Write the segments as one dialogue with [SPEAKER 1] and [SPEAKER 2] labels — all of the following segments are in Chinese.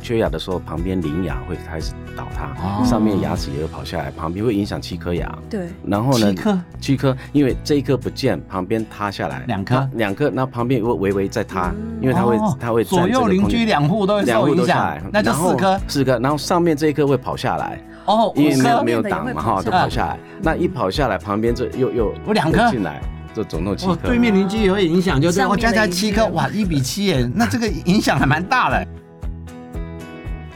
[SPEAKER 1] 缺牙的时候，旁边邻牙会开始倒塌，
[SPEAKER 2] 哦
[SPEAKER 1] 上面牙齿也会跑下来，旁边会影响七颗牙。
[SPEAKER 3] 对，
[SPEAKER 1] 然后呢
[SPEAKER 2] 七，颗
[SPEAKER 1] 七颗，因为这一颗不见，旁边塌下来
[SPEAKER 2] 两颗
[SPEAKER 1] 它两颗，那旁边又微微在塌，
[SPEAKER 3] 嗯
[SPEAKER 1] 因为它会
[SPEAKER 2] 哦
[SPEAKER 1] 它会
[SPEAKER 2] 左
[SPEAKER 1] 占这
[SPEAKER 2] 右
[SPEAKER 1] 个
[SPEAKER 2] 邻
[SPEAKER 1] 空间
[SPEAKER 2] 居两户都会
[SPEAKER 1] 两
[SPEAKER 2] 受
[SPEAKER 1] 户
[SPEAKER 2] 影
[SPEAKER 1] 都下
[SPEAKER 2] 响
[SPEAKER 1] 来，，
[SPEAKER 2] 那就
[SPEAKER 1] 然后
[SPEAKER 2] 四颗
[SPEAKER 1] 四颗，然后上面这一颗会跑下来，
[SPEAKER 2] 哦，
[SPEAKER 1] 因
[SPEAKER 2] 五
[SPEAKER 1] 为没有
[SPEAKER 2] 颗
[SPEAKER 1] 没
[SPEAKER 3] 上面
[SPEAKER 1] 有
[SPEAKER 3] 的也
[SPEAKER 1] 挡
[SPEAKER 3] 会
[SPEAKER 1] 嘛
[SPEAKER 3] 跑下
[SPEAKER 1] 哈，都
[SPEAKER 2] 来
[SPEAKER 1] 跑下来，那一跑下来，旁边这又又
[SPEAKER 2] 有哦两颗
[SPEAKER 1] 又进来，就总共七
[SPEAKER 2] 哦，
[SPEAKER 1] 颗。
[SPEAKER 2] 对面邻居也会影响，就是
[SPEAKER 3] 上面
[SPEAKER 2] 我加起来
[SPEAKER 3] 的邻居
[SPEAKER 2] 七颗，哇，一比七耶，那这个影响还蛮大的。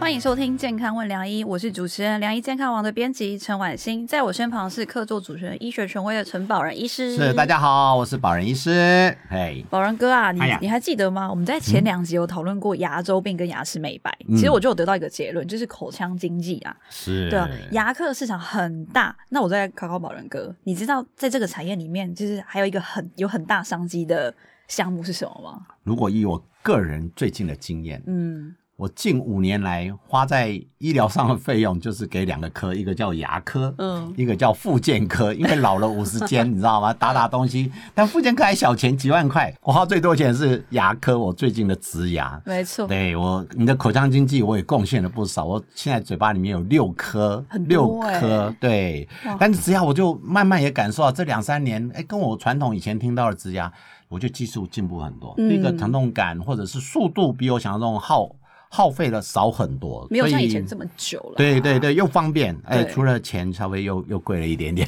[SPEAKER 4] 欢迎收听《健康问良医》，我是主持人良医健康网的编辑陈婉欣，在我身旁是客座主持人、医学权威的陈宝仁医师。
[SPEAKER 2] 是，大家好，我是保仁医师。嘿，
[SPEAKER 4] 宝仁哥啊，你、
[SPEAKER 2] 哎呀
[SPEAKER 4] 你还记得吗？我们在前两集有讨论过牙周病跟牙齿美白，
[SPEAKER 2] 嗯
[SPEAKER 4] 其实我就有得到一个结论，就是口腔经济啊，
[SPEAKER 2] 是
[SPEAKER 4] 对啊，牙科市场很大。那我再考考宝仁哥，你知道在这个产业里面，就是还有一个很有很大商机的项目是什么吗？
[SPEAKER 2] 如果以我个人最近的经验，
[SPEAKER 4] 嗯，
[SPEAKER 2] 我近五年来花在医疗上的费用，就是给两个科，一个叫牙科，
[SPEAKER 4] 嗯
[SPEAKER 2] 一个叫复健科。因为老了五十肩，你知道吗？打打东西，但复健科还小钱，几万块。我花最多钱是牙科，我最近的植牙。
[SPEAKER 4] 没错，
[SPEAKER 2] 对我，你的口腔经济我也贡献了不少。我现在嘴巴里面有六颗，
[SPEAKER 4] 很
[SPEAKER 2] 六
[SPEAKER 4] 多欸
[SPEAKER 2] 颗，对
[SPEAKER 4] 哇。
[SPEAKER 2] 但是植牙我就慢慢也感受到这两三年，哎，跟我传统以前听到的植牙，我就技术进步很多。
[SPEAKER 4] 嗯
[SPEAKER 2] 第一个疼痛感或者是速度比我想象中耗耗费了少很多，
[SPEAKER 4] 没有像以
[SPEAKER 2] 所
[SPEAKER 4] 前这么久了。
[SPEAKER 2] 对对对，又方便，哎，
[SPEAKER 4] 对
[SPEAKER 2] 除了钱稍微又又贵了一点点。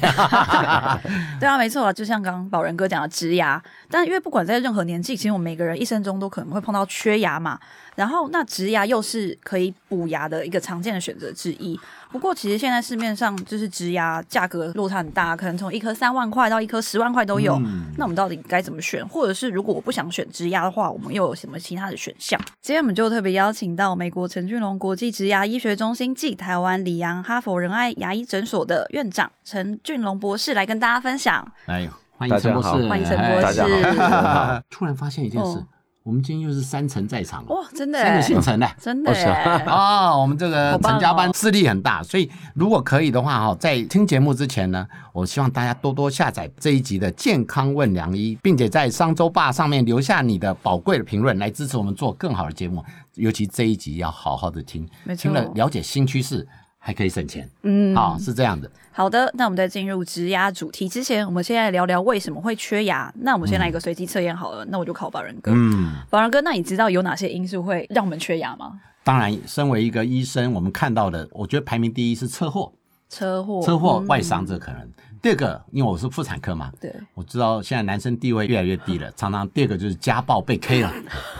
[SPEAKER 4] 对啊，没错啊，就像刚刚宝仁哥讲的植牙，但因为不管在任何年纪，其实我们每个人一生中都可能会碰到缺牙嘛。然后那植牙又是可以补牙的一个常见的选择之一。不过其实现在市面上就是植牙价格落差很大，可能从一颗三万块到一颗十万块都有。
[SPEAKER 2] 嗯
[SPEAKER 4] 那我们到底该怎么选？或者是如果我不想选植牙的话，我们又有什么其他的选项？今天我们就特别邀请到美国陈俊龙国际植牙医学中心暨台湾里昂哈佛仁爱牙医诊所的院长陈俊龙博士来跟大家分享。
[SPEAKER 2] 哎，欢
[SPEAKER 1] 大
[SPEAKER 2] 迎
[SPEAKER 1] 家
[SPEAKER 2] 陈博
[SPEAKER 1] 好
[SPEAKER 2] 士，
[SPEAKER 4] 欢迎陈
[SPEAKER 2] 哎
[SPEAKER 4] 博
[SPEAKER 1] 大家好大家好，
[SPEAKER 2] 突然发现一件事
[SPEAKER 4] 哦，
[SPEAKER 2] 我们今天又是三层在场，
[SPEAKER 4] 哇，真的
[SPEAKER 2] 三个
[SPEAKER 4] 耶，
[SPEAKER 2] 姓陈呢。
[SPEAKER 4] 真的
[SPEAKER 1] 哦是
[SPEAKER 4] 耶，
[SPEAKER 2] 哦，我们这
[SPEAKER 4] 好
[SPEAKER 2] 个
[SPEAKER 4] 棒哦
[SPEAKER 2] 陈家班势力很大，所以如果可以的话哈，在听节目之前呢，我希望大家多多下载这一集的《健康问良医》，并且在商周吧上面留下你的宝贵的评论，来支持我们做更好的节目。尤其这一集要好好的听，
[SPEAKER 4] 没错
[SPEAKER 2] 听了了解新趋势，还可以省钱
[SPEAKER 4] 嗯，
[SPEAKER 2] 啊、是这样的。
[SPEAKER 4] 好的，那我们在进入植牙主题之前，我们先来聊聊为什么会缺牙。那我们先来一个随机测验好了，那我就考宝仁哥。
[SPEAKER 2] 嗯。
[SPEAKER 4] 宝仁哥，那你知道有哪些因素会让我们缺牙吗？
[SPEAKER 2] 当然，身为一个医生，我们看到的，我觉得排名第一是车祸，
[SPEAKER 4] 车祸，
[SPEAKER 2] 车祸
[SPEAKER 4] 嗯
[SPEAKER 2] 外伤这可能。第二个，因为我是妇产科嘛，
[SPEAKER 4] 对，
[SPEAKER 2] 我知道现在男生地位越来越低了，常常第二个就是家暴被 K 了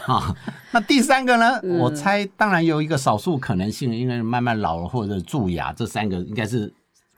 [SPEAKER 2] 啊。那第三个呢？
[SPEAKER 4] 嗯
[SPEAKER 2] 我猜当然有一个少数可能性，因为慢慢老了或者蛀牙，这三个应该是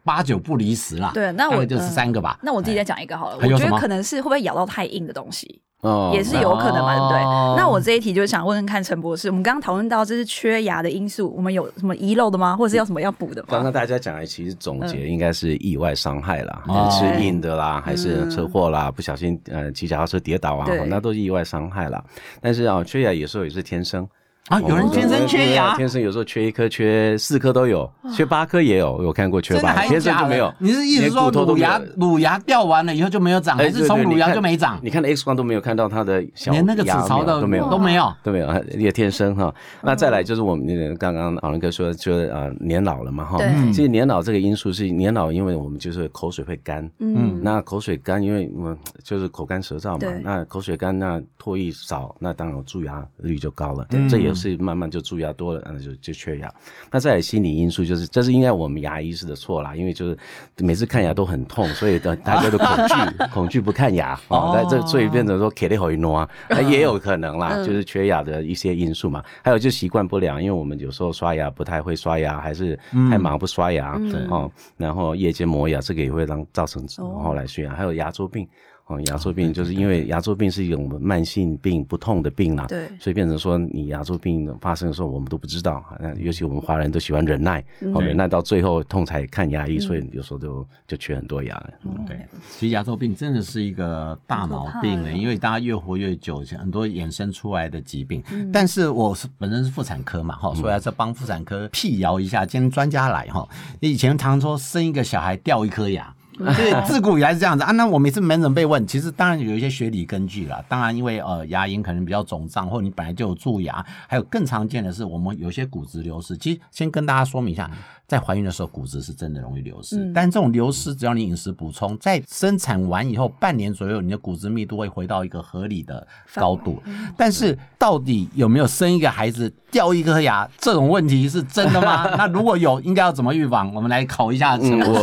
[SPEAKER 2] 八九不离十啦。
[SPEAKER 4] 对那我呃
[SPEAKER 2] 大概就是三个吧。
[SPEAKER 4] 那我自己再讲一个好了，
[SPEAKER 2] 还有
[SPEAKER 4] 我觉
[SPEAKER 2] 什
[SPEAKER 4] 得
[SPEAKER 2] 么
[SPEAKER 4] 可能是会不会咬到太硬的东西，
[SPEAKER 1] 哦
[SPEAKER 4] 也是有可能嘛，对不对
[SPEAKER 2] 哦？
[SPEAKER 4] 那我这一题就是想问问看陈博士，我们刚刚讨论到这是缺牙的因素，我们有什么遗漏的吗？或者是要什么要补的
[SPEAKER 1] 刚
[SPEAKER 4] 吗？
[SPEAKER 1] 刚大家讲的其实总结应该是意外伤害啦，
[SPEAKER 2] 嗯哦嗯
[SPEAKER 1] 吃硬的啦，还是车祸啦，不小心呃骑脚踏车跌倒啊
[SPEAKER 4] 对，
[SPEAKER 1] 那都是意外伤害啦。但是啊，缺牙有时候也是天生，
[SPEAKER 2] 啊，有人天生缺牙，
[SPEAKER 1] 天生有时候缺一颗、缺四颗都有，缺八颗也有，我有看过缺
[SPEAKER 2] 真的
[SPEAKER 1] 八，
[SPEAKER 2] 还
[SPEAKER 1] 天生
[SPEAKER 2] 假
[SPEAKER 1] 就
[SPEAKER 2] 的？
[SPEAKER 1] 没有。
[SPEAKER 2] 你是意思
[SPEAKER 1] 连
[SPEAKER 2] 说
[SPEAKER 1] 骨头都
[SPEAKER 2] 乳
[SPEAKER 1] 没有
[SPEAKER 2] 牙乳牙掉完了以后就没有长，还
[SPEAKER 1] 对
[SPEAKER 2] 是
[SPEAKER 1] 对
[SPEAKER 2] 从
[SPEAKER 1] 对
[SPEAKER 2] 乳
[SPEAKER 1] 你
[SPEAKER 2] 牙
[SPEAKER 1] 看
[SPEAKER 2] 就没长？
[SPEAKER 1] 你看的 X 光都没有看到它的小
[SPEAKER 2] 连那个齿
[SPEAKER 1] 芽
[SPEAKER 2] 槽
[SPEAKER 1] 苗
[SPEAKER 2] 的
[SPEAKER 1] 都没有
[SPEAKER 2] 都没有。
[SPEAKER 1] 都没有，啊也天生
[SPEAKER 4] 嗯
[SPEAKER 1] 哈。那再来就是我们呃刚刚老人哥说，就是呃年老了嘛哈
[SPEAKER 4] 对。
[SPEAKER 1] 其实年老这个因素是年老，因为我们就是口水会干，
[SPEAKER 4] 嗯，
[SPEAKER 1] 那口水干，因为我们就是口干舌燥
[SPEAKER 4] 对
[SPEAKER 1] 嘛，那口水干，那唾液少，那当然蛀牙率就高了
[SPEAKER 2] 对，
[SPEAKER 1] 这也是慢慢就蛀牙多了，嗯，就就缺牙。那再来心理因素就是，这是应该我们牙医师的错啦，因为就是每次看牙都很痛，所以大大家都恐惧 恐惧不看牙
[SPEAKER 2] 哦
[SPEAKER 1] 哦，那这所以变成说 k i 好一挪啊，
[SPEAKER 4] 嗯
[SPEAKER 1] 那也有可能啦，就是缺牙的一些因素嘛。还有就习惯不良，因为我们有时候刷牙不太会刷牙，还是太忙不刷牙
[SPEAKER 4] 嗯对
[SPEAKER 1] 哦，然后夜间磨牙，这个也会让造成
[SPEAKER 4] 哦
[SPEAKER 1] 后来血压，还有牙周病。哦，牙周病就是因为牙周病是一种慢性病、不痛的病啦、
[SPEAKER 4] 对
[SPEAKER 1] 所以变成说你牙周病发生的时候，我们都不知道。那尤其我们华人都喜欢忍耐，
[SPEAKER 4] 嗯
[SPEAKER 1] 哦，忍耐到最后痛才看牙医，所以有时候就就缺很多牙了。
[SPEAKER 2] 对，其实牙周病真的是一个大毛病
[SPEAKER 4] 嗯很可怕
[SPEAKER 2] 了，
[SPEAKER 4] 啊
[SPEAKER 2] 因为大家越活越久，很多衍生出来的疾病。
[SPEAKER 4] 嗯
[SPEAKER 2] 但是我是本身是妇产科嘛，哈，所以还是帮妇产科辟谣一下。今天专家来哈，以前常说生一个小孩掉一颗牙。 所以自古以来是这样子啊。那我每次门诊被问，其实当然有一些学理根据啦。当然，因为呃牙龈可能比较肿胀，或者你本来就有蛀牙，还有更常见的是我们有些骨质流失。其实先跟大家说明一下，在怀孕的时候骨质是真的容易流失，
[SPEAKER 4] 嗯
[SPEAKER 2] 但这种流失只要你饮食补充，在生产完以后半年左右，你的骨质密度会回到一个合理的高度。但是到底有没有生一个孩子掉一颗牙这种问题是真的吗？那如果有，应该要怎么预防？我们来考一下陈
[SPEAKER 1] 嗯，
[SPEAKER 2] 老师。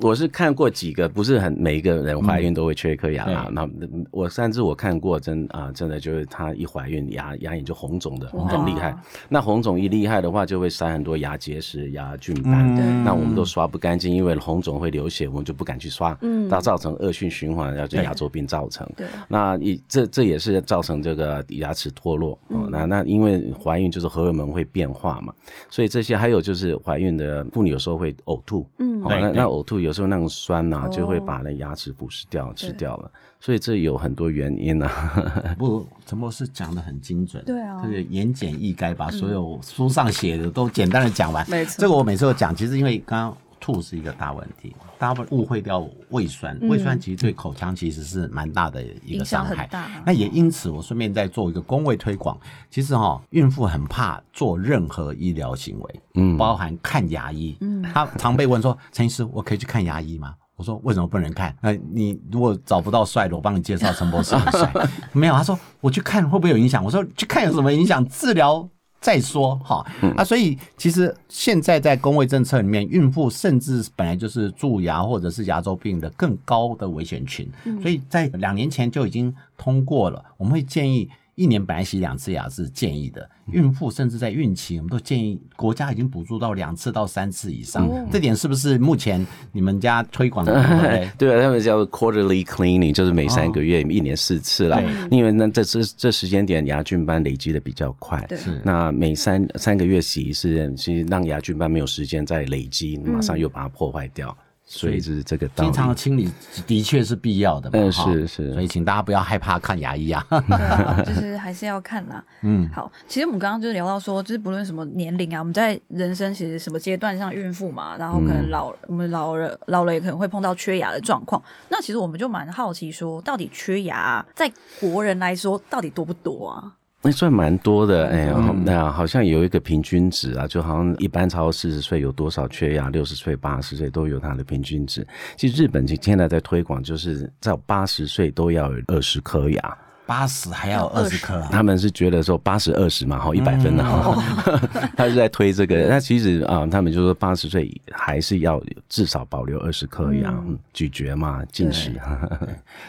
[SPEAKER 1] 我我是看过几个，不是很每一个人怀孕都会缺一颗牙啦。
[SPEAKER 2] 嗯
[SPEAKER 1] 那、我甚至我看过真啊、真的就是她一怀孕牙牙龈就红肿的很厉害
[SPEAKER 4] 哇。
[SPEAKER 1] 那红肿一厉害的话，就会塞很多牙结石、牙菌斑。
[SPEAKER 4] 嗯
[SPEAKER 1] 那我们都刷不干净，因为红肿会流血，我们就不敢去刷，
[SPEAKER 4] 嗯
[SPEAKER 1] 它造成恶性循环，然后就牙周病造成。
[SPEAKER 4] 对，
[SPEAKER 1] 那也这这也是造成这个牙齿脱落哦。
[SPEAKER 4] 嗯
[SPEAKER 1] 那那因为怀孕就是荷尔蒙会变化嘛，所以这些还有就是怀孕的妇女有时候会呕吐，
[SPEAKER 4] 嗯
[SPEAKER 1] 哦，
[SPEAKER 2] 对
[SPEAKER 1] 那
[SPEAKER 2] 对
[SPEAKER 1] 那呕吐有时候那种酸呐、
[SPEAKER 4] 哦
[SPEAKER 1] 就会把那牙齿腐蚀掉、吃
[SPEAKER 4] 对
[SPEAKER 1] 掉了，所以这有很多原因啊。
[SPEAKER 2] 不，陈博士讲的很精准，
[SPEAKER 4] 对啊嗯
[SPEAKER 2] 这个言简意赅，把所有书上写的都简单的讲完。
[SPEAKER 4] 没错
[SPEAKER 2] 这个我每次都讲，其实因为刚刚吐是一个大问题，大部分误会掉胃酸，
[SPEAKER 4] 嗯
[SPEAKER 2] 胃酸其实对口腔其实是蛮大的一个
[SPEAKER 4] 影
[SPEAKER 2] 伤
[SPEAKER 4] 响很
[SPEAKER 2] 害。
[SPEAKER 4] 大啊。
[SPEAKER 2] 那也因此，我顺便再做一个工位推广。其实哈、孕妇很怕做任何医疗行为，嗯，包含看牙医。嗯，她常被问说：“陈医师，我可以去看牙医吗？”我说：“为什么不能看？呃，你如果找不到帅的，我帮你介绍陈博士很帅。 没有，他说我去看会不会有影响？我说去看有什么影响？治疗再说哈。
[SPEAKER 1] 嗯
[SPEAKER 2] 啊，所以其实现在在公卫政策里面，孕妇甚至本来就是蛀牙或者是牙周病的更高的危险群，
[SPEAKER 1] 嗯
[SPEAKER 2] 所以在两年前就已经通过了。我们会建议一年本来洗两次牙是建议的，
[SPEAKER 1] 嗯
[SPEAKER 2] 孕妇甚至在孕期，我们都建议国家已经补助到两次到三次以上。
[SPEAKER 1] 哦
[SPEAKER 2] 这点是不是目前你们家推广的对 不对哦
[SPEAKER 1] 对啊，他们叫 quarterly cleaning，就是每三个月、一年四次啦。因为那这这这时间点牙菌斑累积的比较快，
[SPEAKER 4] 对
[SPEAKER 2] 是
[SPEAKER 1] 那每三三个月洗一次，其实让牙菌斑没有时间再累积，马上又把它破坏掉，所以是这个道
[SPEAKER 2] 嗯经
[SPEAKER 1] 理。
[SPEAKER 2] 常的清理的确是必要的嘛，
[SPEAKER 1] 嗯
[SPEAKER 2] 哈
[SPEAKER 1] 是是
[SPEAKER 2] 所以请大家不要害怕看牙医啊。
[SPEAKER 4] 对啊， 就是还是要看啦。嗯，好，其实我们刚刚就是聊到说，就是不论什么年龄啊，我们在人生其实什么阶段，像孕妇嘛，然后可
[SPEAKER 1] 嗯
[SPEAKER 4] 能老、我们老了老了也可能会碰到缺牙的状况。那其实我们就蛮好奇说，到底缺牙、在国人来说到底多不多啊？
[SPEAKER 1] 那算蛮多的，哎、
[SPEAKER 2] 嗯
[SPEAKER 1] 呀，那好像有一个平均值啊，就好像一般超过四十岁有多少缺牙，六十岁、八十岁都有它的平均值。其实日本现在在推广，就是在八十岁都要有二十颗牙。
[SPEAKER 2] 八十还要二十颗啊，
[SPEAKER 1] 他们是觉得说八十二十嘛，哈，一百分的、
[SPEAKER 2] 嗯
[SPEAKER 1] 哈， 他是在推这 个。那其实啊、他们就说八十岁还是要至少保留二十颗牙，嗯咀嚼嘛，进食。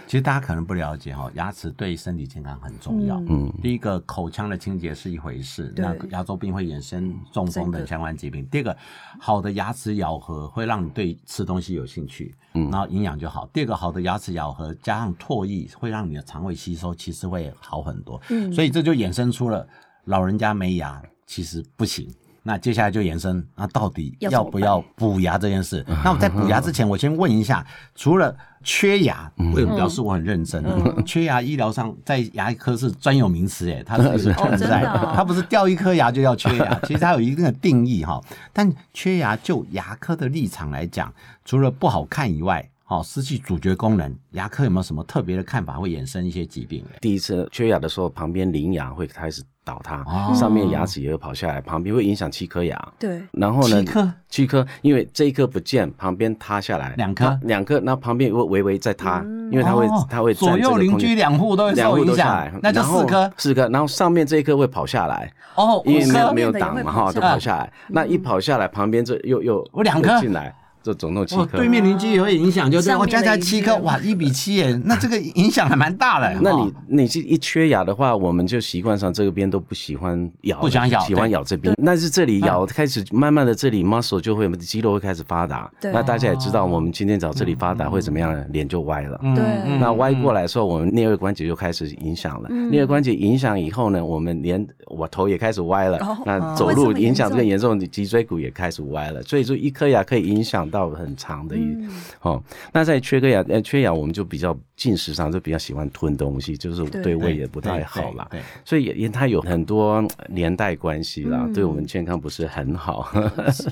[SPEAKER 2] 其实大家可能不了解哈、牙齿对身体健康很重要。嗯，第一个口腔的清洁是一回事，
[SPEAKER 4] 对
[SPEAKER 2] 那牙周病会衍生中风等相关疾病。第二个，好的牙齿咬合会让你对吃东西有兴趣，嗯，然后营养就好。第二个，好的牙齿咬合加上唾液会让你的肠胃吸收，其实会好很多。嗯，所以这就衍生出了老人家没牙其实不行。那接下来就延伸，那到底
[SPEAKER 4] 要
[SPEAKER 2] 要
[SPEAKER 4] 怎么
[SPEAKER 2] 不要补牙这件事？那我在补牙之前，我先问一下，除了缺牙，我也表示我很认真啊。
[SPEAKER 1] 嗯
[SPEAKER 2] 缺牙医疗上在牙科是专有名 词，哎，它是
[SPEAKER 4] 哦
[SPEAKER 2] 存
[SPEAKER 4] 真的
[SPEAKER 2] 在
[SPEAKER 4] 哦，
[SPEAKER 2] 它不是掉一颗牙就叫缺牙，其实它有一定的定义哈。但缺牙就牙科的立场来讲，除了不好看以外，哦，失去咀嚼功能，牙科有没有什么特别的看法，会衍生一些疾病？哎
[SPEAKER 1] 第一次缺牙的时候，旁边邻牙会开始倒塌，
[SPEAKER 2] 哦
[SPEAKER 1] 上面牙齿也会跑下来，旁边会影响七颗牙。
[SPEAKER 4] 对，
[SPEAKER 1] 然后呢？
[SPEAKER 2] 七颗，
[SPEAKER 1] 七颗，因为这一颗不见，旁边塌下来
[SPEAKER 2] 两颗
[SPEAKER 1] 那两颗，那旁边又微微在塌，因为它会
[SPEAKER 2] 哦
[SPEAKER 1] 它会占这
[SPEAKER 2] 左
[SPEAKER 1] 个
[SPEAKER 2] 右
[SPEAKER 1] 空
[SPEAKER 2] 邻
[SPEAKER 1] 间
[SPEAKER 2] 居两户都会
[SPEAKER 1] 两
[SPEAKER 2] 受
[SPEAKER 1] 户
[SPEAKER 2] 影
[SPEAKER 1] 都下
[SPEAKER 2] 响
[SPEAKER 1] 来，，
[SPEAKER 2] 那就
[SPEAKER 1] 然后
[SPEAKER 2] 四颗
[SPEAKER 1] 四颗，然后上面这一颗会跑下来，
[SPEAKER 2] 哦，
[SPEAKER 1] 因
[SPEAKER 2] 五
[SPEAKER 1] 为没有
[SPEAKER 2] 颗
[SPEAKER 1] 没有
[SPEAKER 4] 上面的也
[SPEAKER 1] 挡
[SPEAKER 4] 会
[SPEAKER 1] 嘛
[SPEAKER 4] 跑
[SPEAKER 1] 哈，就
[SPEAKER 4] 下来
[SPEAKER 1] 跑下来。那一跑下来，旁边这又又
[SPEAKER 2] 嗯我两颗
[SPEAKER 1] 又进来，这总共七
[SPEAKER 2] 哇，
[SPEAKER 1] 颗
[SPEAKER 2] 对。面邻居也会影响，就是
[SPEAKER 4] 上
[SPEAKER 2] 我
[SPEAKER 4] 面
[SPEAKER 2] 加
[SPEAKER 4] 的
[SPEAKER 2] 起来
[SPEAKER 4] 邻
[SPEAKER 2] 七
[SPEAKER 4] 居
[SPEAKER 2] 颗，哇，一比七耶，那这个影响还蛮大的。
[SPEAKER 1] 那
[SPEAKER 2] 哦
[SPEAKER 1] 你你是一缺牙的话，我们就习惯上这个边都不喜欢咬了，
[SPEAKER 2] 不想咬嗯
[SPEAKER 1] 喜欢咬这边。但是这里咬开始，慢慢的这里 muscle 就会肌肉会开始发达。
[SPEAKER 4] 对
[SPEAKER 1] 那大家也知道，我们今天找这里发达会怎么样呢？脸就歪了。
[SPEAKER 2] 嗯
[SPEAKER 4] 对
[SPEAKER 2] 嗯
[SPEAKER 1] 那歪过来的时候，我们颞颌关节就开始影响了。
[SPEAKER 4] 嗯
[SPEAKER 1] 颞颌关节影响以后呢，我们连我头也开始歪了
[SPEAKER 4] 哦，
[SPEAKER 1] 那走
[SPEAKER 4] 会这
[SPEAKER 1] 路
[SPEAKER 4] 么
[SPEAKER 1] 影响
[SPEAKER 4] 严
[SPEAKER 1] 更
[SPEAKER 4] 重
[SPEAKER 1] 严重，你脊椎骨也开始歪了。所以说，一颗牙可以影响到很长的一
[SPEAKER 4] 嗯
[SPEAKER 1] 哦。那在缺颗牙，呃，缺牙我们就比较进食上就比较喜欢吞东西，就是
[SPEAKER 4] 对
[SPEAKER 1] 对
[SPEAKER 2] 对
[SPEAKER 1] 胃也不太好啦。
[SPEAKER 2] 对，对
[SPEAKER 1] 所以也也它有很多呃连带关系啦，
[SPEAKER 4] 嗯
[SPEAKER 1] 对我们健康不是很好。
[SPEAKER 4] 是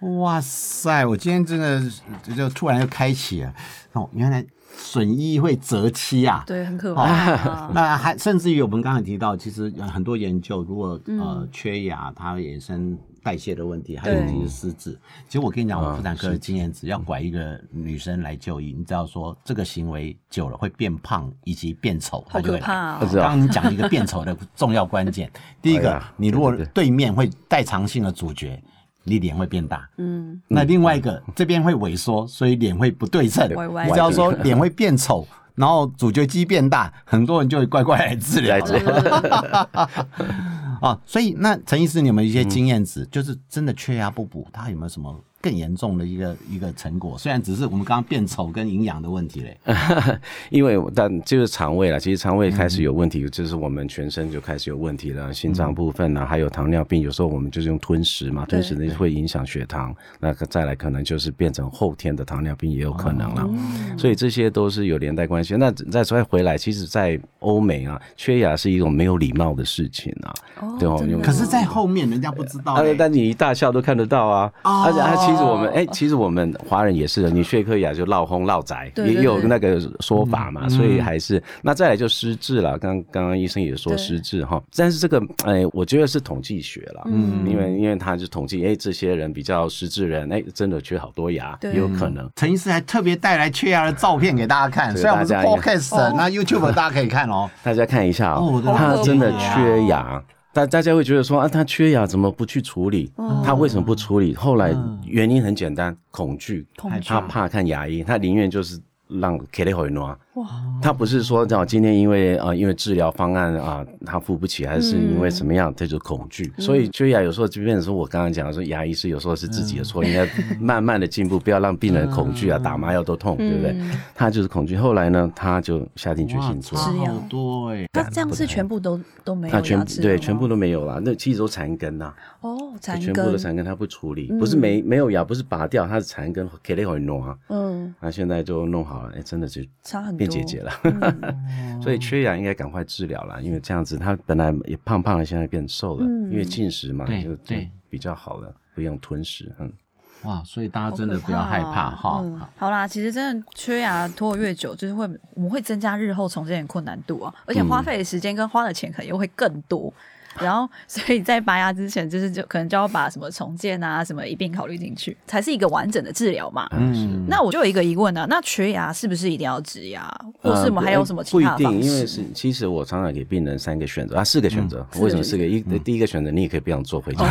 [SPEAKER 2] 对哇塞，我今天真的就就突然就开启了，哦，原来损益会择期啊。
[SPEAKER 4] 对，很可怕啊。
[SPEAKER 2] 那还甚至于我们刚才提到，其实有很多研究，如果
[SPEAKER 4] 嗯
[SPEAKER 2] 呃缺牙，它会衍生代谢的问题，还有
[SPEAKER 4] 对
[SPEAKER 2] 就是失智。其实我跟你
[SPEAKER 1] 嗯
[SPEAKER 2] 讲，我妇产科的经验，只要拐一个女生来就医，你只要说这个行为久了会变胖以及变丑，她
[SPEAKER 4] 好
[SPEAKER 2] 就会
[SPEAKER 4] 可
[SPEAKER 2] 来
[SPEAKER 4] 怕哦
[SPEAKER 1] 是啊
[SPEAKER 2] 刚刚你讲一个变丑的重要关键，第 一
[SPEAKER 1] 哎
[SPEAKER 2] 个
[SPEAKER 1] 呀，
[SPEAKER 2] 你如果
[SPEAKER 1] 对对对
[SPEAKER 2] 对面会代偿性的主角，你脸会变大。
[SPEAKER 4] 嗯，
[SPEAKER 2] 那另外一个这边会萎缩，所以脸会不对称
[SPEAKER 4] 歪歪。
[SPEAKER 2] 你只要说脸会变丑，然后主角肌变大，很多人就会乖乖来治疗
[SPEAKER 1] 来。 自
[SPEAKER 2] 哦，所以那陈医师，你有没有一些经验值？就是真的缺牙不补，它有没有什么更严重的一个一个成果？虽然只是我们刚刚变丑跟营养的问题
[SPEAKER 1] 呃
[SPEAKER 2] 嘞。
[SPEAKER 1] 因为我但就是肠胃了，其实肠胃开始有问题，就是我们全身就开始有问题了，心脏部分呢、啊还有糖尿病，有时候我们就是用吞食嘛，
[SPEAKER 4] 对
[SPEAKER 1] 吞食呢会影响血糖，那个再来可能就是变成后天的糖尿病也有可能了，所以这些都是有连带关系。那再再回来，其实，在欧美啊，缺牙是一种没有礼貌的事情啊，
[SPEAKER 4] 哦
[SPEAKER 1] 对哦
[SPEAKER 4] 真的
[SPEAKER 1] 用
[SPEAKER 2] 可是，在后面人家不知道
[SPEAKER 1] 啊
[SPEAKER 2] 嘞。，
[SPEAKER 1] 但你一大笑都看得到啊！
[SPEAKER 2] 哦
[SPEAKER 1] 而且啊，其实我们哎、其实我们华人也是的，你缺一颗牙就闹哄闹宅，
[SPEAKER 4] 对对
[SPEAKER 1] 也有
[SPEAKER 4] 对嗯
[SPEAKER 1] 那个说法嘛，所以还是那再来就失智了。刚刚刚医生也说
[SPEAKER 4] 对
[SPEAKER 1] 失智哈，但是这个哎、我觉得是统计学了，
[SPEAKER 4] 嗯
[SPEAKER 1] 因为因为他就统计哎、这些人比较失智人哎、真的缺好多牙，
[SPEAKER 4] 对
[SPEAKER 1] 也有可能。
[SPEAKER 2] 陈医师还特别带来缺牙的照片给大家看，
[SPEAKER 1] 对
[SPEAKER 2] 虽然我们是
[SPEAKER 1] 大家也
[SPEAKER 2] podcast，那 YouTube 大家可以看哦。
[SPEAKER 1] 大家看一下
[SPEAKER 2] 哦我
[SPEAKER 1] 哦
[SPEAKER 2] 的，
[SPEAKER 1] 他
[SPEAKER 4] 老
[SPEAKER 1] 真的
[SPEAKER 4] 天
[SPEAKER 2] 爷啊
[SPEAKER 1] 缺牙。大大家会觉得说啊，他缺牙怎么不去处理？
[SPEAKER 4] 哦
[SPEAKER 1] 他为什么不处理？后来
[SPEAKER 2] 嗯
[SPEAKER 1] 原因很简单，恐惧，
[SPEAKER 4] 恐惧
[SPEAKER 1] 他怕看牙医，他宁愿就是让 k e l 回挪。
[SPEAKER 4] 哇，
[SPEAKER 1] 他不是说哦，今天因为啊、呃因为治疗方案啊、他付不起，还是因为什么样，这就恐惧。
[SPEAKER 4] 嗯
[SPEAKER 1] 所以缺牙有时候，即便是我刚刚讲的说，牙医是有时候是自己的错，
[SPEAKER 4] 嗯
[SPEAKER 1] 应该慢慢的进步，不要让病人恐惧啊，打麻药都痛，
[SPEAKER 4] 嗯
[SPEAKER 1] 对不对？他就是恐惧。后来呢，他就下定决
[SPEAKER 2] 哇，
[SPEAKER 1] 心
[SPEAKER 2] 差
[SPEAKER 1] 做。
[SPEAKER 4] 是呀
[SPEAKER 2] 好多哎。
[SPEAKER 4] 他这样是全部都都没
[SPEAKER 1] 它
[SPEAKER 4] 有
[SPEAKER 1] 全
[SPEAKER 4] 牙
[SPEAKER 1] 部
[SPEAKER 4] 齿了
[SPEAKER 1] 对
[SPEAKER 4] 吗
[SPEAKER 1] 全部都没有了，那其实都残根呐、
[SPEAKER 4] 哦，
[SPEAKER 1] 它
[SPEAKER 4] 残
[SPEAKER 1] 全部
[SPEAKER 4] 根嗯
[SPEAKER 1] 都残根，它不处理，不是没没有牙，不是拔掉，它是残根，给了会弄啊，
[SPEAKER 4] 嗯，
[SPEAKER 1] 那现在就弄好了，哎，真的就
[SPEAKER 4] 差很多，
[SPEAKER 1] 变
[SPEAKER 4] 嗯
[SPEAKER 1] 姐姐了， 所以缺牙应该赶快治疗了，因为这样子它本来也胖胖的，现在变瘦了，
[SPEAKER 4] 嗯
[SPEAKER 1] 因为进食嘛，
[SPEAKER 2] 对
[SPEAKER 1] 就就
[SPEAKER 2] 对
[SPEAKER 1] 比较好了，不用吞食，嗯，
[SPEAKER 2] 哇，所以大
[SPEAKER 4] 好
[SPEAKER 2] 家真的
[SPEAKER 4] 可
[SPEAKER 2] 不要害怕
[SPEAKER 4] 哦
[SPEAKER 2] 哈。
[SPEAKER 4] 嗯好啦，其实真的缺牙拖得越久，就是会我们会增加日后重建的困难度啊，而且花费的时间跟花的钱可能又会更多。然后，所以在拔牙之前，就是就可能就要把什么重建啊、什么一并考虑进去，才是一个完整的治疗嘛。
[SPEAKER 2] 嗯，
[SPEAKER 4] 那我就有一个疑问啊，那缺牙是不是一定要植牙，或是我们还有什么
[SPEAKER 1] 呃不一
[SPEAKER 4] 其他的
[SPEAKER 1] 定，
[SPEAKER 4] 方
[SPEAKER 1] 因为
[SPEAKER 4] 式？
[SPEAKER 1] 是其实我常常给病人三个选择啊，四个选择，
[SPEAKER 4] 嗯
[SPEAKER 1] 为什么四
[SPEAKER 4] 四
[SPEAKER 1] 个？一呃第一个选择你也可以不想做回家，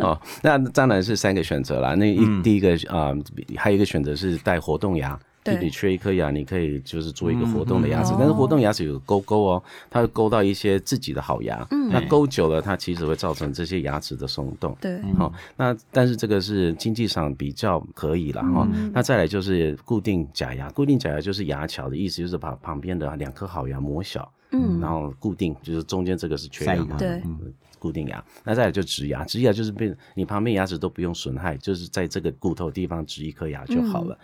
[SPEAKER 1] 哦，那当然是三个选择啦。那一第一个啊，还有一个选择是带活动牙。就
[SPEAKER 4] 对哦
[SPEAKER 1] 你缺一颗牙，你可以就是做一
[SPEAKER 4] 嗯
[SPEAKER 1] 个活动的牙齿，但是活动牙齿有个勾勾哦，它会勾到一些自己的好牙。
[SPEAKER 4] 嗯
[SPEAKER 1] 那勾久了，它其实会造成这些牙齿的松动。
[SPEAKER 4] 对，
[SPEAKER 1] 好、那但是这个是经济上比较可以了哈、那再来就是固定假牙，固定假牙就是牙桥的意思，就是把旁边的两颗好牙磨小，嗯，然后固定，就是中间这个是缺
[SPEAKER 2] 塞
[SPEAKER 1] 牙
[SPEAKER 2] 牙
[SPEAKER 1] 嘛，
[SPEAKER 4] 对
[SPEAKER 1] 嗯固定牙。那再来就植牙，植牙就是变你旁边牙齿都不用损害，就是在这个骨头地方植一颗牙就好了。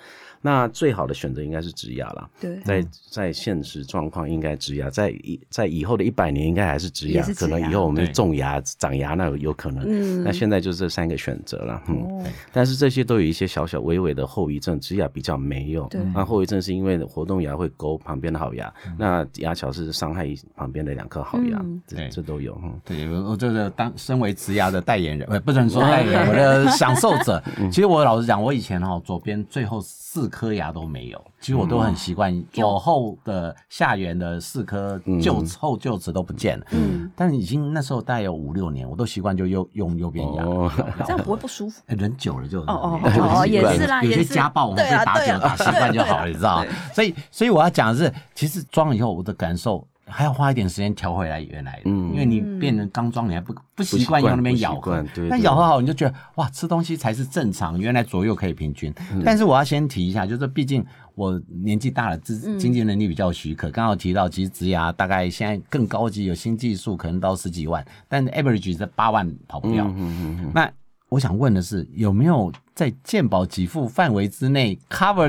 [SPEAKER 1] 那最好的选择应该是植牙啦。
[SPEAKER 4] 对
[SPEAKER 1] 在在现实状况应该植牙，在以在以后的一百年应该还是植
[SPEAKER 4] 也
[SPEAKER 1] 牙，
[SPEAKER 4] 是植
[SPEAKER 1] 可
[SPEAKER 4] 牙
[SPEAKER 1] 能以后我们
[SPEAKER 2] 对
[SPEAKER 1] 种牙、长牙那有有可能。
[SPEAKER 4] 嗯
[SPEAKER 1] 那现在就这三个选择了，嗯。
[SPEAKER 4] 哦，
[SPEAKER 1] 但是这些都有一些小小微微的后遗症，植牙比较没有。
[SPEAKER 4] 对
[SPEAKER 1] 那后遗症是因为活动牙会勾旁
[SPEAKER 2] 嗯
[SPEAKER 1] 边的好牙，那牙桥是伤害旁边的两颗好牙
[SPEAKER 4] 嗯，
[SPEAKER 1] 这
[SPEAKER 2] 对
[SPEAKER 1] 这都有。嗯
[SPEAKER 2] 对，我我就是当身为植牙的代言人，呃，不能
[SPEAKER 4] 啊
[SPEAKER 2] 说代言人，我 的享受者。
[SPEAKER 4] 嗯
[SPEAKER 2] 其实我老实讲，我以前哈、左边最后四颗牙都没有，其实我都很习
[SPEAKER 4] 嗯
[SPEAKER 2] 惯左后的下缘的四颗臼齿后臼齿都不见了，
[SPEAKER 4] 嗯，
[SPEAKER 2] 但已经那时候大概有五六年，我都习惯就右用右边牙。
[SPEAKER 1] 哦
[SPEAKER 4] 这样不会不舒服。
[SPEAKER 2] 哎人久了就
[SPEAKER 4] 哦哦
[SPEAKER 2] 就
[SPEAKER 1] 哦
[SPEAKER 2] 习
[SPEAKER 1] 也
[SPEAKER 2] 惯
[SPEAKER 4] 是啦
[SPEAKER 2] 有
[SPEAKER 4] 也
[SPEAKER 2] 些
[SPEAKER 4] 是
[SPEAKER 2] 家暴我们
[SPEAKER 4] 对啊
[SPEAKER 2] 被打
[SPEAKER 4] 对
[SPEAKER 2] 久
[SPEAKER 4] 啊
[SPEAKER 2] 了打习惯就好了，
[SPEAKER 4] 对
[SPEAKER 2] 你知道吗？所以，所以我要讲的是，其实装了以后，我的感受还要花一点时间调回来原来的，
[SPEAKER 1] 嗯
[SPEAKER 2] 因为你变成刚装，你还不不
[SPEAKER 1] 不习
[SPEAKER 2] 习惯
[SPEAKER 1] 惯
[SPEAKER 2] 用那边咬
[SPEAKER 1] 不习惯
[SPEAKER 2] 合
[SPEAKER 1] 对，
[SPEAKER 2] 但
[SPEAKER 1] 对
[SPEAKER 2] 咬合好，你就觉得哇，吃东西才是正常，原来左右可以平均。
[SPEAKER 1] 嗯
[SPEAKER 2] 但是我要先提一下，就是毕竟。我年纪大了，
[SPEAKER 4] 嗯
[SPEAKER 2] 经经济能力比较许可。刚好提到，其实植牙大概现在更高级，有新技术，可能到十几万，但 average 在八万跑不掉。
[SPEAKER 1] 嗯嗯嗯
[SPEAKER 2] 那我想问的是，有没有在健保给付范围之内 cover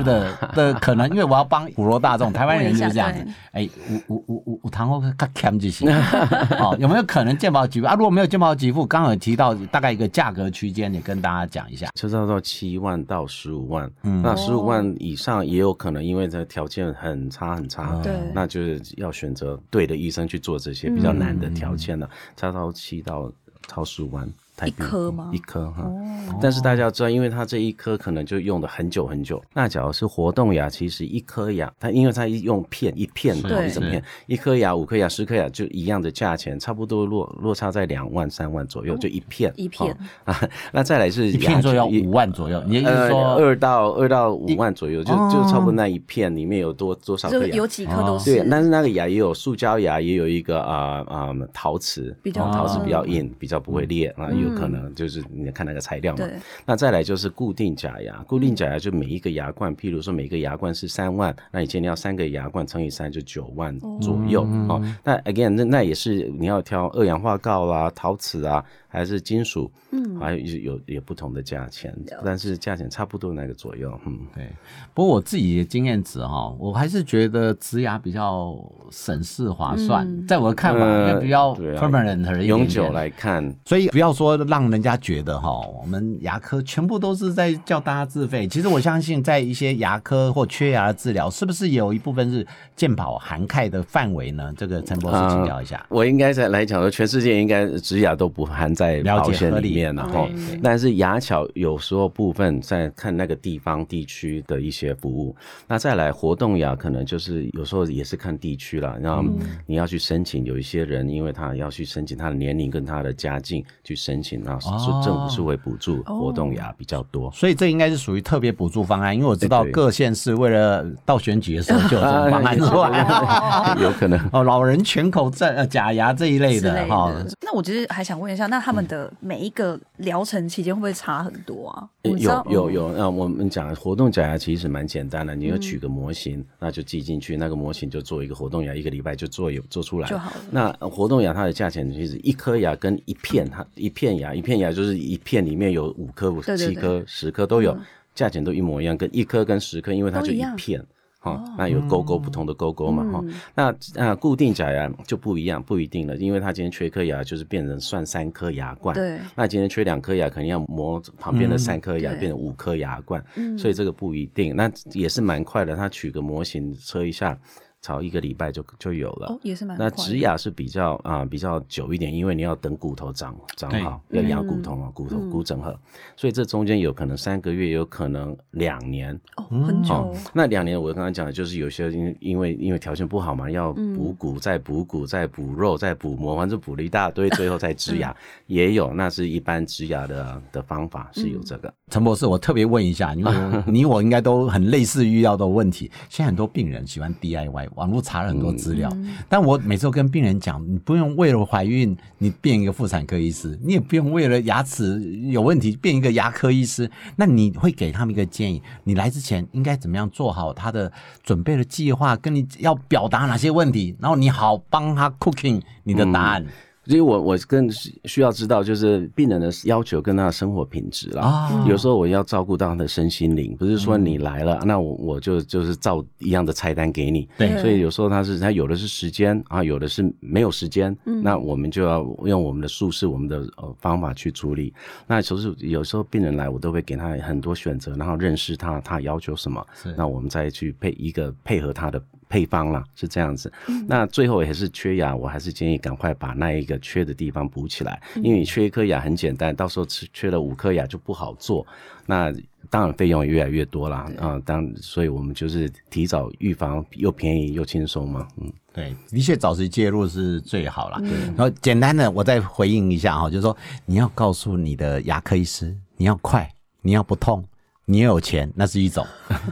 [SPEAKER 2] 的的可能？因为我要帮普罗大众，台湾人就是这样子
[SPEAKER 4] 问一。
[SPEAKER 2] 哎，我我我我我堂后较欠就行。 哦，有没有可能健保给付啊？如果没有健保给付，刚好有提到大概一个价格区间，也跟大家讲一下。
[SPEAKER 1] 车照到七万到十五万，
[SPEAKER 2] 嗯
[SPEAKER 4] 哦
[SPEAKER 1] 那十五万以上也有可能，因为这条件很差很差，
[SPEAKER 4] 对
[SPEAKER 1] 那就是要选择对的医生去做这些比较难的条件了，差到七到超十五万台币
[SPEAKER 4] 一颗吗
[SPEAKER 1] 一颗哈。
[SPEAKER 4] 哦，
[SPEAKER 1] 但是大家要知道，因为它这一颗可能就用的很久很久。那假如是活动牙，其实一颗牙，它因为它一用片一片
[SPEAKER 2] 是
[SPEAKER 1] 的
[SPEAKER 4] 对
[SPEAKER 1] 一整片，一颗牙、五颗牙、十颗牙就一样的价钱，差不多落落差在两万三万左右，就一片
[SPEAKER 4] 一片
[SPEAKER 1] 哦 啊。那再来是
[SPEAKER 2] 一片
[SPEAKER 1] 牙
[SPEAKER 2] 就要
[SPEAKER 1] 一
[SPEAKER 2] 五万左右，你的意思
[SPEAKER 1] 呃
[SPEAKER 2] 是说
[SPEAKER 1] 二到二到五万左右，就
[SPEAKER 2] 哦
[SPEAKER 1] 就差不多那一片里面有多多少
[SPEAKER 4] 哦就
[SPEAKER 1] 个
[SPEAKER 4] 是
[SPEAKER 1] 牙
[SPEAKER 4] 有。几颗都是。
[SPEAKER 1] 哦对，但是那个牙也有塑胶牙，也有一个啊啊、嗯陶瓷，
[SPEAKER 4] 比较
[SPEAKER 1] 哦陶瓷
[SPEAKER 4] 硬
[SPEAKER 1] 比较硬，比较不会裂啊，有可
[SPEAKER 4] 嗯
[SPEAKER 1] 能就是你看那个材料嘛。
[SPEAKER 4] 对，
[SPEAKER 1] 那再来就是固定假牙，固定假牙就每一个牙冠，譬如说每一个牙冠是三万，那你今天要三个牙冠乘以三就九万左右哦那 again，那那也是你要挑二氧化锆啦、陶瓷啊，还是金属，嗯，还有有有不同的价钱，但是价钱差不多那个左右，嗯，
[SPEAKER 2] 对，不过我自己的经验值哈，我还是觉得植牙比较省事划算，
[SPEAKER 4] 嗯
[SPEAKER 2] 在我的看法，
[SPEAKER 1] 呃
[SPEAKER 2] 要比较
[SPEAKER 1] 对啊
[SPEAKER 2] permanent 而已。
[SPEAKER 1] 永久来看，
[SPEAKER 2] 所以不要说让人家觉得哈，我们牙科全部都是在叫大家自费。其实我相信，在一些牙科或缺牙的治疗，是不是有一部分是健保涵盖的范围呢？这个陈博士请教一下。
[SPEAKER 1] 我应该在来讲说，全世界应该植牙都不含在
[SPEAKER 2] 了解
[SPEAKER 1] 保险
[SPEAKER 2] 合理嗯
[SPEAKER 1] 里面然后
[SPEAKER 4] 对对
[SPEAKER 1] 但是牙巧有时候部分在看那个地方地区的一些服务。那再来活动牙，可能就是有时候也是看地区了，然后
[SPEAKER 2] 嗯
[SPEAKER 1] 你要去申请，有一些人因为他要去申请他的年龄跟他的家境去申请，然后是、
[SPEAKER 2] 哦
[SPEAKER 1] 政府是会补助活动牙比较多。
[SPEAKER 2] 所以这应该是属于特别补助方案，因为我知道
[SPEAKER 1] 对对哎
[SPEAKER 2] 各县市为了到选举的时候就有这种方 案出来。
[SPEAKER 1] 啊， 有可能。
[SPEAKER 2] 哦，老人全口症、呃假牙这一类
[SPEAKER 4] 之
[SPEAKER 2] 的
[SPEAKER 4] 类
[SPEAKER 2] 哈，
[SPEAKER 4] 的。那我其实还想问一下，那他
[SPEAKER 1] 嗯
[SPEAKER 4] 们的每一个疗程期间会不会差很多啊？我知道
[SPEAKER 1] 呃有有，有，那我们讲活动假牙其实蛮简单的，
[SPEAKER 4] 嗯
[SPEAKER 1] 你就取个模型，那就寄进去，那个模型就做一个活动牙，一个礼拜就做有做出来
[SPEAKER 4] 就好了
[SPEAKER 1] 那活动牙它的价钱就是一颗牙跟一片，它一片牙，一片牙就是一片里面有五颗、五
[SPEAKER 4] 对对
[SPEAKER 1] 七
[SPEAKER 4] 对
[SPEAKER 1] 颗、十颗都有，价钱都一模一样，跟一颗跟十颗，因为它
[SPEAKER 4] 都
[SPEAKER 1] 就
[SPEAKER 4] 一
[SPEAKER 1] 一
[SPEAKER 4] 样哦嗯
[SPEAKER 1] 片。哈、那有勾勾不同的勾勾嘛哈、那那固定假牙就不一样，不一定了，因为它今天缺一颗牙，就是变成算三颗牙冠。
[SPEAKER 4] 对
[SPEAKER 1] 那今天缺两颗牙，可能要磨旁边的三颗牙，
[SPEAKER 4] 嗯对
[SPEAKER 1] 变成五颗牙冠，
[SPEAKER 4] 嗯
[SPEAKER 1] 所以这个不一定。那也是蛮快的，他取个模型测一下，炒一个礼拜就就有了。
[SPEAKER 4] 哦，也是蛮
[SPEAKER 1] 那
[SPEAKER 4] 快的
[SPEAKER 1] 植牙是比较啊、比较久一点，因为你要等骨头长长
[SPEAKER 2] 对
[SPEAKER 1] 好，要养骨
[SPEAKER 4] 嗯
[SPEAKER 1] 头嘛，骨头
[SPEAKER 4] 嗯
[SPEAKER 1] 骨整合，所以这中间有可能三个月，有可能两年，
[SPEAKER 4] 哦，很久
[SPEAKER 1] 哦，那两年我刚刚讲的就是有些因因为因为条件不好嘛，要补骨、再补骨再补肉再补膜，反正补了一大堆，最后再植牙、也有，那是一般植牙的的方法是有这个。
[SPEAKER 2] 陈博士，我特别问一下，因 为我你我应该都很类似遇到的问题。现在很多病人喜欢 DIY，网络查了很多资料，
[SPEAKER 1] 嗯
[SPEAKER 2] 但我每次都跟病人讲，你不用为了怀孕你变一个妇产科医师，你也不用为了牙齿有问题变一个牙科医师。那你会给他们一个建议，你来之前应该怎么样做好他的准备的计划，跟你要表达哪些问题，然后你好帮他 cooking 你的答案、
[SPEAKER 1] 所以我我更需要知道，就是病人的要求跟他的生活品质啦。
[SPEAKER 2] 啊。
[SPEAKER 1] 嗯有时候我要照顾到他的身心灵，不是说你来了，那我我就就是照一样的菜单给你。
[SPEAKER 2] 对
[SPEAKER 1] 所以有时候他是他有的是时间啊，有的是没有时间，那我们就要用我们的术式、我们的呃方法去处理。那其实有时候病人来，我都会给他很多选择，然后认识他他要求什么
[SPEAKER 2] 是，
[SPEAKER 1] 那我们再去配一个配合他的配方啦，是这样子。那最后也是缺牙，我还是建议赶快把那一个缺的地方补起来，因为你缺一颗牙很简单，到时候吃缺了五颗牙就不好做。那当然费用也越来越多啦，啊、当所以我们就是提早预防，又便宜又轻松嘛，嗯。
[SPEAKER 2] 对，的确早时介入是最好啦。
[SPEAKER 4] 嗯
[SPEAKER 2] 然后简单的，我再回应一下哈，就是说你要告诉你的牙科医师，你要快，你要不痛，你要有钱，那是一 种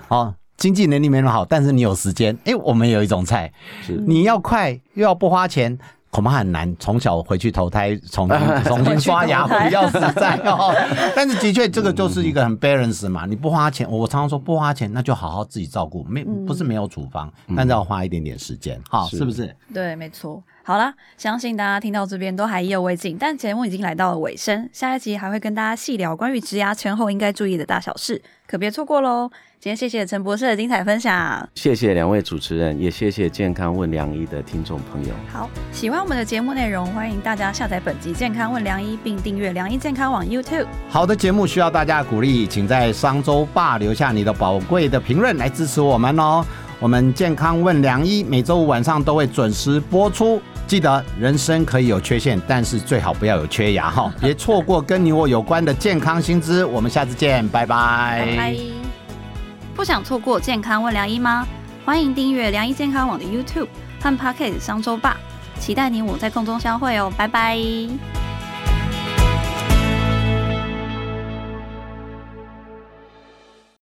[SPEAKER 2] 哦。经济能力没那么好，但是你有时间，哎，我们有一种菜，你要快又要不花钱。恐怕很难从小回去投胎，重 新重新刷牙
[SPEAKER 4] 回去投胎
[SPEAKER 2] 比 较实在哦。但是的确，这个就是一个很 balance 嘛，你不花钱，我常常说不花钱，那就好好自己照顾，没不是没有处方，但是要花一点点时间，哈，
[SPEAKER 1] 是
[SPEAKER 2] 是不是？
[SPEAKER 4] 对，没错。好啦，相信大家听到这边都还意犹未尽，但节目已经来到了尾声，下一集还会跟大家细聊关于植牙前后应该注意的大小事，可别错过喽！今天谢谢陈博士的精彩分享。
[SPEAKER 1] 谢谢两位主持人，也谢谢健康问良医的听众朋友。
[SPEAKER 4] 好，喜欢我们的节目内容，欢迎大家下载本集《健康问良医》，并订阅良医健康网 YouTube。
[SPEAKER 2] 好的节目需要大家的鼓励，请在商周吧留下你的宝贵的评论来支持我们哦。我们健康问良医每周五晚上都会准时播出。记得人生可以有缺陷，但是最好不要有缺牙哈，别错过跟你我有关的健康新知。我们下次见，拜拜。
[SPEAKER 4] 拜。不想错过健康问良医吗？欢迎订阅良医健康网的 YouTube 和 Pocket 商周吧，期待你我在空中相会哦，拜拜。